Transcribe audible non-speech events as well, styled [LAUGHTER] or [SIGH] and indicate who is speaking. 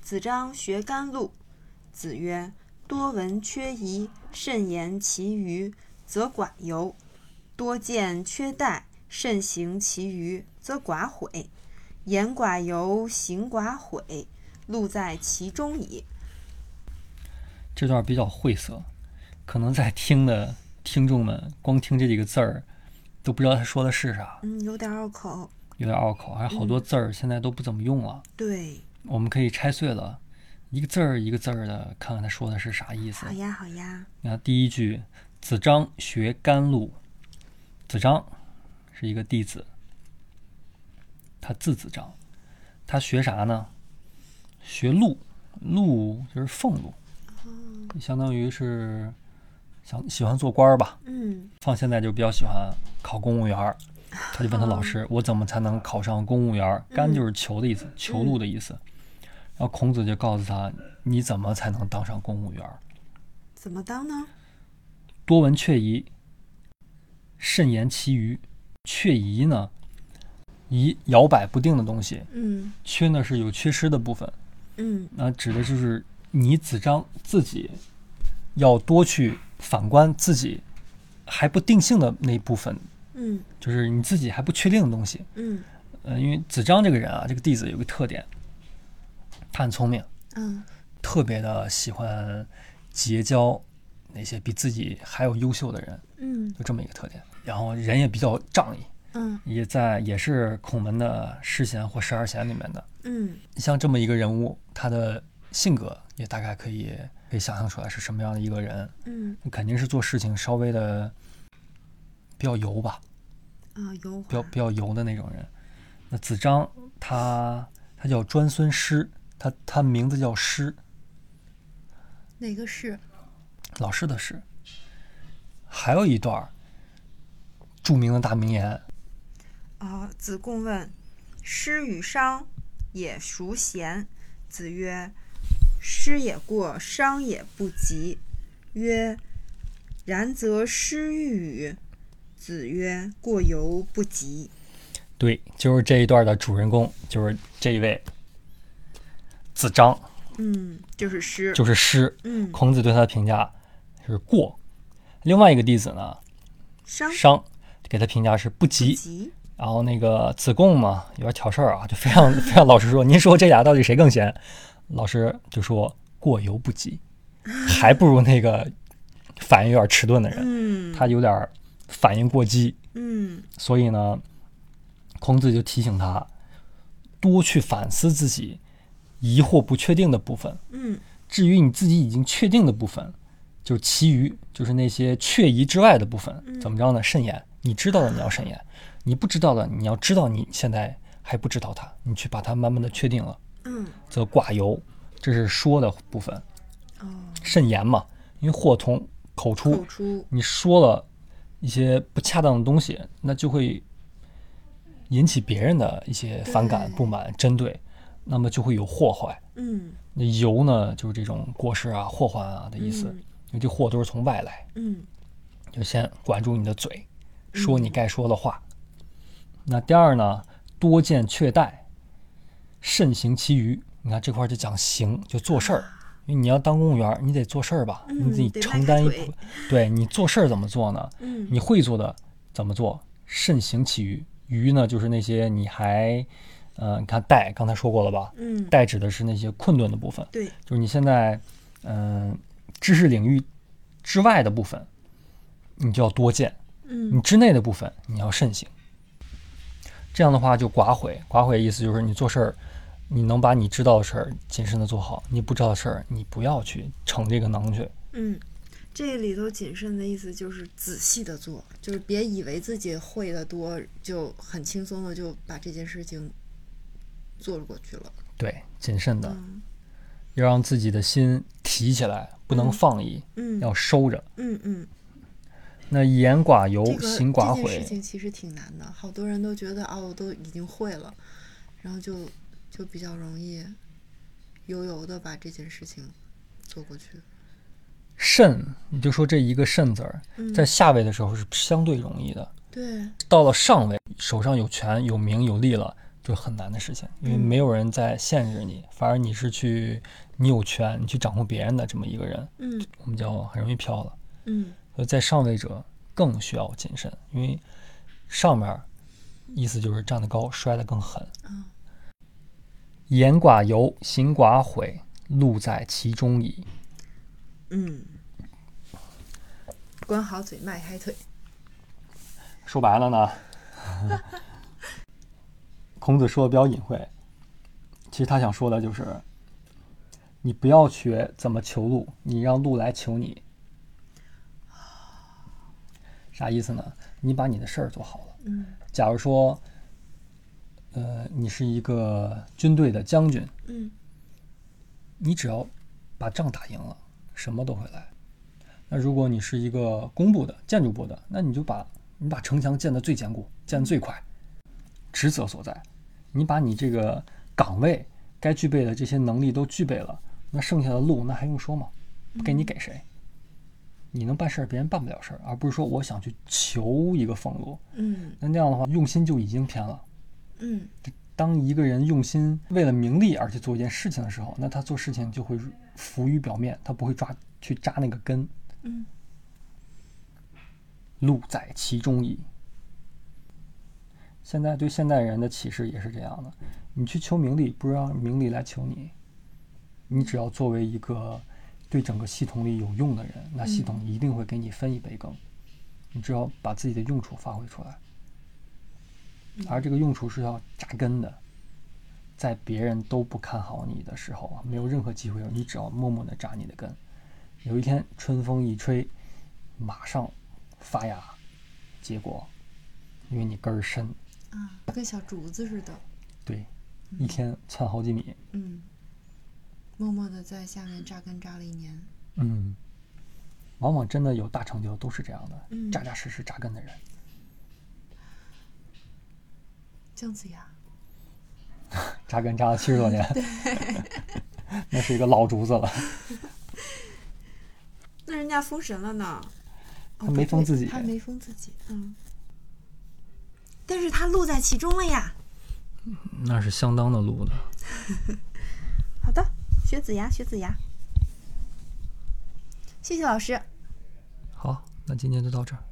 Speaker 1: 子张学甘露。子曰：“多闻缺仪，慎言其余，则寡尤；多见缺殆，慎行其余，则寡悔。言寡尤，行寡悔，路在其中矣。”
Speaker 2: 这段比较晦涩，可能在听的听众们光听这几个字儿都不知道他说的是啥，
Speaker 1: 嗯，有点拗口。
Speaker 2: 有点拗口，还有好多字儿现在都不怎么用了。
Speaker 1: 对，
Speaker 2: 我们可以拆碎了，一个字儿一个字儿的看看他说的是啥意思
Speaker 1: 好。呀，好呀，
Speaker 2: 你看第一句，子张学甘露，子张是一个弟子，他字子张，他学啥呢？学鹿，鹿就是俸禄，相当于是想喜欢做官儿吧。
Speaker 1: 嗯，
Speaker 2: 放现在就比较喜欢考公务员儿，他就问他老师：“我怎么才能考上公务员儿？”甘就是求的意思，求路的意思。然后孔子就告诉他：“你怎么才能当上公务员儿？
Speaker 1: 怎么当呢？
Speaker 2: 多闻阙疑，慎言其余。阙疑呢，疑摇摆不定的东西；
Speaker 1: 嗯
Speaker 2: 缺呢是有缺失的部分。
Speaker 1: 嗯
Speaker 2: 那指的就是你子张自己要多去反观自己还不定性的那一部分
Speaker 1: 嗯
Speaker 2: 就是你自己还不确定的东西。
Speaker 1: 嗯
Speaker 2: 呃，因为子张这个人啊，这个弟子有个特点，他很聪明，
Speaker 1: 嗯
Speaker 2: 特别的喜欢结交那些比自己还要优秀的人，
Speaker 1: 嗯
Speaker 2: 就这么一个特点。然后人也比较仗义，
Speaker 1: 嗯
Speaker 2: 也在也是孔门的十贤或十二贤里面的。
Speaker 1: 嗯
Speaker 2: 像这么一个人物，他的性格也大概可以可以想象出来是什么样的一个人，
Speaker 1: 嗯
Speaker 2: 肯定是做事情稍微的比较油吧。
Speaker 1: 啊，油
Speaker 2: 比较
Speaker 1: 滑，
Speaker 2: 比较油的那种人。那子张他他叫专孙师，他他名字叫师，
Speaker 1: 哪个是？
Speaker 2: 老师的师。还有一段儿著名的大名言，
Speaker 1: 啊，子贡问：“师与商也孰贤？”子曰：“师也过，商也不及。”曰：“然则师欲与？”子曰：“过犹不及。
Speaker 2: 对，就是这一段的主人公，就是这一位子张，”
Speaker 1: 嗯，就是师。
Speaker 2: 就是师。
Speaker 1: 嗯，
Speaker 2: 孔子对他的评价是过。另外一个弟子呢，
Speaker 1: 商
Speaker 2: 商给他评价啊是不及。
Speaker 1: 及。
Speaker 2: 然后那个子贡嘛，有点挑事儿啊，就非常非常老实说，您说这俩到底谁更闲？老师就说过犹不及，还不如那个反应有点迟钝的人，
Speaker 1: 嗯
Speaker 2: 他有点反应过激，
Speaker 1: 嗯
Speaker 2: 所以呢，孔子就提醒他多去反思自己疑惑不确定的部分。
Speaker 1: 嗯
Speaker 2: 至于你自己已经确定的部分，就是其余，就是那些确疑之外的部分，怎么着呢？慎言，你知道的你要慎言，你不知道的你要知道你现在还不知道它，你去把它慢慢的确定了，
Speaker 1: 嗯
Speaker 2: 则寡尤，这是说的部分。慎言嘛，因为祸从口出，
Speaker 1: 口哦出。
Speaker 2: 你说了一些不恰当的东西，那就会引起别人的一些反感、
Speaker 1: 对
Speaker 2: 不满、针对，那么就会有祸患。
Speaker 1: 嗯
Speaker 2: 那由呢，就是这种过失啊、祸患啊的意思，
Speaker 1: 嗯
Speaker 2: 因为这祸都是从外来，
Speaker 1: 嗯
Speaker 2: 就先管住你的嘴，说你该说的话。那第二呢，多见却怠，慎行其余。你看这块儿就讲行，就做事儿，因为你要当公务员儿，你得做事儿吧，
Speaker 1: 啊嗯
Speaker 2: 你自己
Speaker 1: 得迈
Speaker 2: 承
Speaker 1: 开
Speaker 2: 担一
Speaker 1: 腿
Speaker 2: 部，对你做事儿怎么做呢？
Speaker 1: 嗯
Speaker 2: 你会做的怎么做？慎行其余。余呢，就是那些你还，呃，你看怠，刚才说过了吧？
Speaker 1: 嗯，
Speaker 2: 怠指的是那些困顿的部分。
Speaker 1: 对，
Speaker 2: 就是你现在，嗯、知识领域之外的部分，你就要多见；
Speaker 1: 嗯
Speaker 2: 你之内的部分，你要慎行。这样的话就寡悔，寡悔意思就是你做事儿，你能把你知道的事儿谨慎的做好，你不知道的事儿，你不要去逞这个能去。
Speaker 1: 嗯，这里头谨慎的意思就是仔细的做，就是别以为自己会的多，就很轻松的就把这件事情做过去了。
Speaker 2: 对，谨慎的，
Speaker 1: 嗯
Speaker 2: 要让自己的心提起来，不能放逸，
Speaker 1: 嗯
Speaker 2: 要收着。
Speaker 1: 嗯嗯，
Speaker 2: 那言寡尤
Speaker 1: 这，个
Speaker 2: 行寡
Speaker 1: 这件事
Speaker 2: 悔，
Speaker 1: 情其实挺难的，好多人都觉得啊，我都已经会了，然后就就比较容易悠游的把这件事情做过去。
Speaker 2: 慎，你就说这一个慎字儿，
Speaker 1: 嗯，
Speaker 2: 在下位的时候是相对容易的。
Speaker 1: 对，
Speaker 2: 到了上位，手上有权有名有利了，这很难的事情，因为
Speaker 1: 嗯
Speaker 2: 没有人在限制你，反而你是去你有权，你去掌控别人的这么一个人，
Speaker 1: 嗯
Speaker 2: 我们叫很容易飘了。
Speaker 1: 嗯
Speaker 2: 所以在上位者更需要谨慎，因为上面儿意思就是站得高，摔得更狠。
Speaker 1: 嗯
Speaker 2: 言寡尤，行寡悔，路在其中矣。
Speaker 1: 嗯，管好嘴，迈开腿。
Speaker 2: 说白了呢，孔子说的比较隐晦，其实他想说的就是，你不要学怎么求路，你让路来求你。啥意思呢？你把你的事儿做好了。
Speaker 1: 嗯
Speaker 2: 假如说，呃，你是一个军队的将军，
Speaker 1: 嗯
Speaker 2: 你只要把仗打赢了，什么都会来。那如果你是一个工部的、建筑部的，那你就把你把城墙建得最坚固，建得最快。职责所在，你把你这个岗位该具备的这些能力都具备了，那剩下的路那还用说吗？给你给谁？你能办事儿，别人办不了事儿，而不是说我想去求一个俸禄。
Speaker 1: 嗯
Speaker 2: 那那样的话，用心就已经偏了。
Speaker 1: 嗯
Speaker 2: 当一个人用心为了名利而去做一件事情的时候，那他做事情就会浮于表面，他不会抓去扎那个根。
Speaker 1: 嗯，
Speaker 2: 路在其中矣。现在对现代人的启示也是这样的：你去求名利，不让名利来求你。你只要作为一个对整个系统里有用的人，那系统一定会给你分一杯羹。你只要把自己的用处发挥出来，而这个用处是要扎根的。在别人都不看好你的时候，没有任何机会，你只要默默的扎你的根。有一天春风一吹，马上发芽，结果因为你根儿深，
Speaker 1: 啊，跟小竹子似的。
Speaker 2: 对，一天窜好几米，
Speaker 1: 嗯，默默的在下面扎根扎了一年。
Speaker 2: 嗯，往往真的有大成就都是这样的，
Speaker 1: 嗯
Speaker 2: 扎扎实实扎根的人。
Speaker 1: 姜子牙，
Speaker 2: 扎根扎了七十多年， [LAUGHS] 那是一个老竹子了。
Speaker 1: 那人家封神了呢？哦
Speaker 2: 他没封
Speaker 1: 不对
Speaker 2: 自己
Speaker 1: 他没封自己。嗯，但是他录在其中了呀。
Speaker 2: 那是相当的路的。
Speaker 1: 好的，学子牙，学子牙。谢谢老师。
Speaker 2: 好，那今天就到这儿。